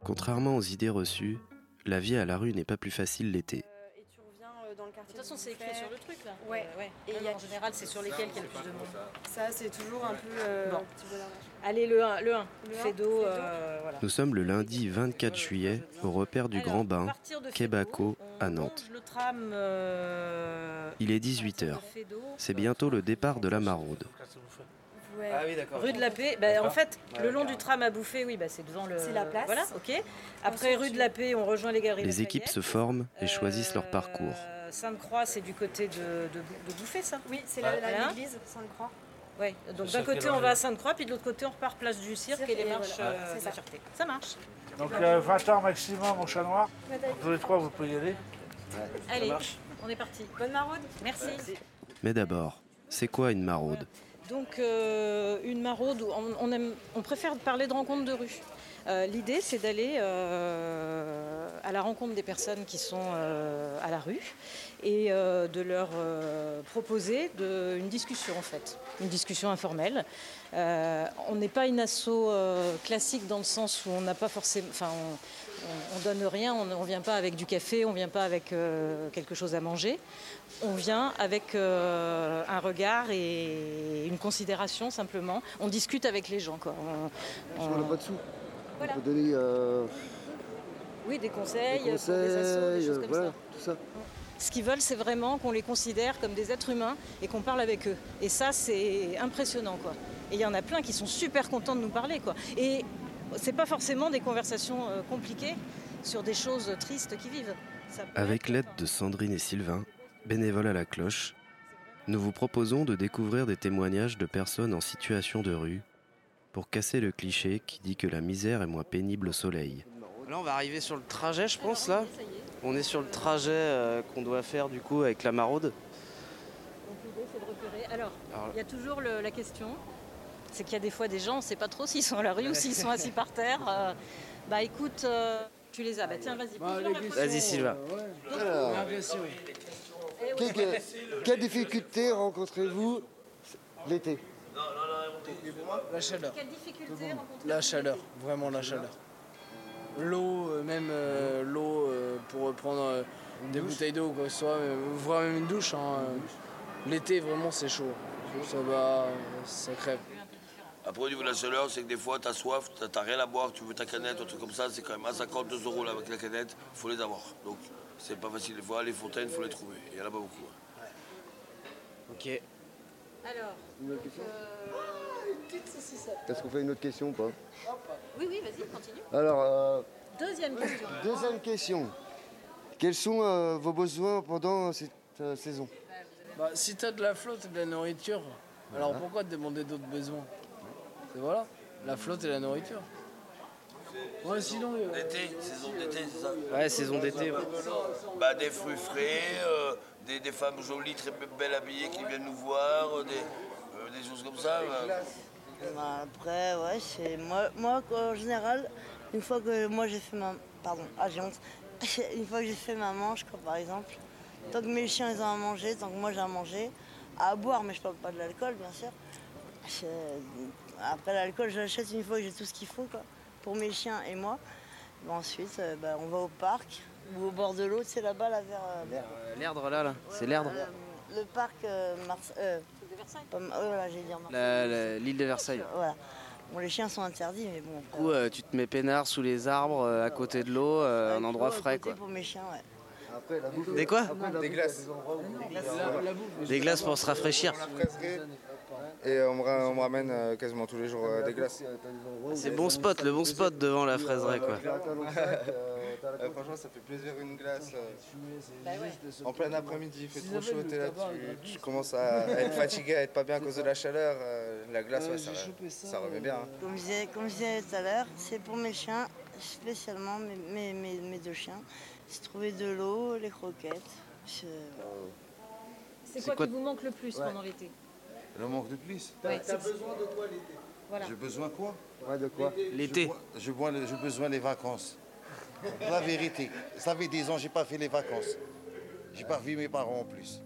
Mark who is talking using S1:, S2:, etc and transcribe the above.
S1: Contrairement aux idées reçues, la vie à la rue n'est pas plus facile l'été.
S2: et tu reviens euh, dans le
S3: De
S2: quartier.
S3: toute façon,
S2: d'où tu
S3: c'est écrit
S2: fais.
S3: sur le truc là.
S2: Ouais.
S3: Euh, ouais.
S2: Et
S3: Même
S2: y a-
S3: En général, c'est sur lesquels qu'il y a le plus de monde.
S2: Ça, c'est toujours un peu euh,
S3: Bon.
S2: petit bonheur.
S3: Allez, le 1, le 1.
S2: Le un,
S3: Fait d'eau,
S2: Fedo.
S3: euh, voilà.
S1: Nous sommes le lundi 24 juillet au repère du
S3: Alors,
S1: Grand
S3: à
S1: Bain.
S3: partir de Fedo,
S1: Québaco,
S3: on
S1: à Nantes.
S3: longe Le tram. euh,
S1: Il est
S3: à
S1: 18h.
S3: partir de Fedo.
S1: C'est bientôt le départ de la maraude.
S2: Ouais.
S4: Ah oui, d'accord.
S3: Rue de la Paix, bah, en fait,
S4: Ouais,
S3: le long du
S4: carrément.
S3: tram à bouffer, oui, bah, c'est devant le.
S2: C'est la place.
S3: Voilà, ok. Après,
S2: Ensuite,
S3: rue de
S2: tu-
S3: la Paix, on rejoint les galeries. Euh,
S1: Les équipes se forment et choisissent leur parcours.
S3: Sainte-Croix, c'est du côté de, de, Bou- de Bouffé, ça
S2: Oui, c'est
S4: bah,
S2: la- la-
S3: Voilà.
S2: l'église Sainte-Croix.
S3: Ouais. Donc
S5: Le
S3: d'un
S5: cirque
S3: côté,
S5: est
S3: on
S5: dans
S3: va
S5: le-
S3: à Sainte-Croix, puis de l'autre côté, on repart place du cirque
S2: Cirque
S3: et les
S2: et
S3: marches
S2: voilà.
S3: euh,
S2: C'est
S3: de
S2: ça.
S3: la Sûreté. Ça marche.
S5: Donc euh, 20 ans maximum au chat noir. Tous les trois, vous pouvez y aller.
S3: Allez, on est parti.
S2: Bonne maraude.
S3: Merci.
S1: Mais d'abord, c'est quoi une maraude
S3: Donc euh, une maraude, où on, on aime- on préfère parler de rencontres de rue. Euh, L'idée, c'est d'aller euh, à la rencontre des personnes qui sont euh, à la rue et euh, de leur euh, proposer de- une discussion en fait, une discussion informelle. Euh, on n'est pas une asso euh, classique dans le sens où on n'a pas forcément, enfin, on, on- on donne rien, on ne vient pas avec du café, on ne vient pas avec euh, quelque chose à manger. On vient avec euh, un regard et une considération simplement. On discute avec les gens. Quoi. On-
S6: Parce qu'on
S3: on-
S6: n'a pas de sous.
S3: Euh, Voilà.
S6: On peut donner euh,
S3: Oui, des
S6: des
S3: conseils, euh, pour
S6: conseils,
S3: des assos, des choses
S6: euh,
S3: comme
S6: voilà,
S3: ça.
S6: tout ça.
S3: Ce qu'ils veulent, c'est vraiment qu'on les considère comme des êtres humains et qu'on parle avec eux. Et ça, c'est impressionnant. Quoi. Et il y en a plein qui sont super contents de nous parler. Quoi. Et c'est pas forcément des conversations euh, compliquées sur des choses tristes qu'ils vivent. Ça peut
S1: Avec
S3: être-
S1: l'aide de Sandrine et Sylvain, bénévoles à la cloche, nous vous proposons de découvrir des témoignages de personnes en situation de rue pour casser le cliché qui dit que la misère est moins pénible au soleil.
S4: Là, on va arriver sur le trajet, je pense. Là, on est sur le trajet euh, qu'on doit faire du coup avec la maraude.
S3: Donc l'idée, c'est de repérer. Alors,
S4: Alors-
S3: il y a toujours le- la question, c'est qu'il y a des fois des gens, on ne sait pas trop s'ils sont à la rue ou s'ils sont assis par terre. Euh, bah écoute, euh, tu les as. Bah tiens, vas-y, pose-leur la question.
S4: Vas-y, Sylvain.
S6: Alors,
S3: Eh
S6: quelles quelles difficultés rencontrez-vous l'été
S7: La chaleur,
S3: Quelle difficulté rencontrez-vous
S7: la chaleur, vraiment la chaleur. L'eau, euh, même euh, l'eau euh, pour prendre euh, des bouteilles d'eau, quoi, que ce soit, euh, voire même une douche. hein, euh. L'été, vraiment, c'est chaud. Ça va, euh, ça crève.
S8: Après, au niveau de la chaleur, c'est que des fois, t'as soif, t'as- t'as rien à boire, tu veux ta canette, un truc comme ça, c'est quand même à 52 euros là, avec la canette, faut les avoir. Donc, c'est pas facile. Des fois, les fontaines, faut les trouver. Il y en a pas beaucoup. hein.
S4: Ok.
S3: Alors,
S6: Est-ce qu'on fait une autre question ou pas
S3: oui, oui, vas-y, continue.
S6: Alors, euh,
S3: Deuxième question.
S6: deuxième question. Quels sont euh, vos besoins pendant cette euh, saison
S7: Bah, si t'as de la flotte et de la nourriture, alors pourquoi te demander d'autres besoins C'est voilà, la flotte et la nourriture. Ouais, sinon, euh,
S8: L'été, saison d'été, c'est ça
S4: Ouais, saison d'été. ouais.
S8: Bah, des fruits frais, euh, des, des femmes jolies, très be- belles habillées qui viennent nous voir, euh, des, euh, des choses comme ça. bah.
S9: Bah, après, ouais, c'est moi, moi quoi, en général, une fois que moi j'ai fait ma. Pardon, ah, j'ai honte. Une fois que j'ai fait ma manche, quoi, par exemple, tant que mes chiens ils ont à manger, tant que moi j'ai à manger, à boire, mais je parle pas de l'alcool, bien sûr. Je- Après l'alcool, je l'achète une fois que j'ai tout ce qu'il faut, quoi, pour mes chiens et moi. Bah, ensuite, euh, bah, on va au parc ou au bord de l'eau, c'est là-bas, là, vers. euh,
S4: Euh, L'Erdre, là, là. C'est l'Erdre.
S9: euh, le parc euh, Marse- euh, pas Mar- euh, voilà, j'allais dire Marseille.
S4: La- la- L'île de Versailles.
S9: Voilà. Bon, les chiens sont interdits, mais bon.
S4: Du coup, euh, tu te mets peinard sous les arbres, euh, à côté de l'eau, euh, un endroit frais, quoi.
S9: pour mes chiens, ouais.
S6: Après, la bouffe.
S4: Des quoi
S6: Des glaces.
S4: Des glaces pour se rafraîchir.
S10: Et on me, ra- on me ramène euh, quasiment tous les jours euh, des glaces.
S4: C'est bon spot, le bon spot devant la fraiserie, quoi.
S10: Euh, franchement, ça fait plaisir une glace. euh, en plein après-midi, il fait trop chaud, t'es là, tu, tu commences à à être fatigué, à être pas bien à cause de la chaleur. euh, la glace, ouais, ça, ça
S8: euh,
S10: remet bien. hein.
S9: Comme je disais, comme je disais tout à l'heure, c'est pour mes chiens, spécialement mes, mes, mes, mes deux chiens. J'ai trouvé de l'eau, les croquettes. je-
S3: C'est
S4: C'est
S3: quoi,
S4: quoi-
S3: qui vous manque le plus pendant l'été
S10: Le manque de plus.
S3: C'est-
S10: J'ai besoin quoi
S6: Ouais, de quoi
S10: Je
S4: L'été.
S10: bois- Je bois, le- j'ai besoin des vacances. La vérité. Ça fait 10 ans, j'ai pas fait les vacances. J'ai pas vu mes parents en plus.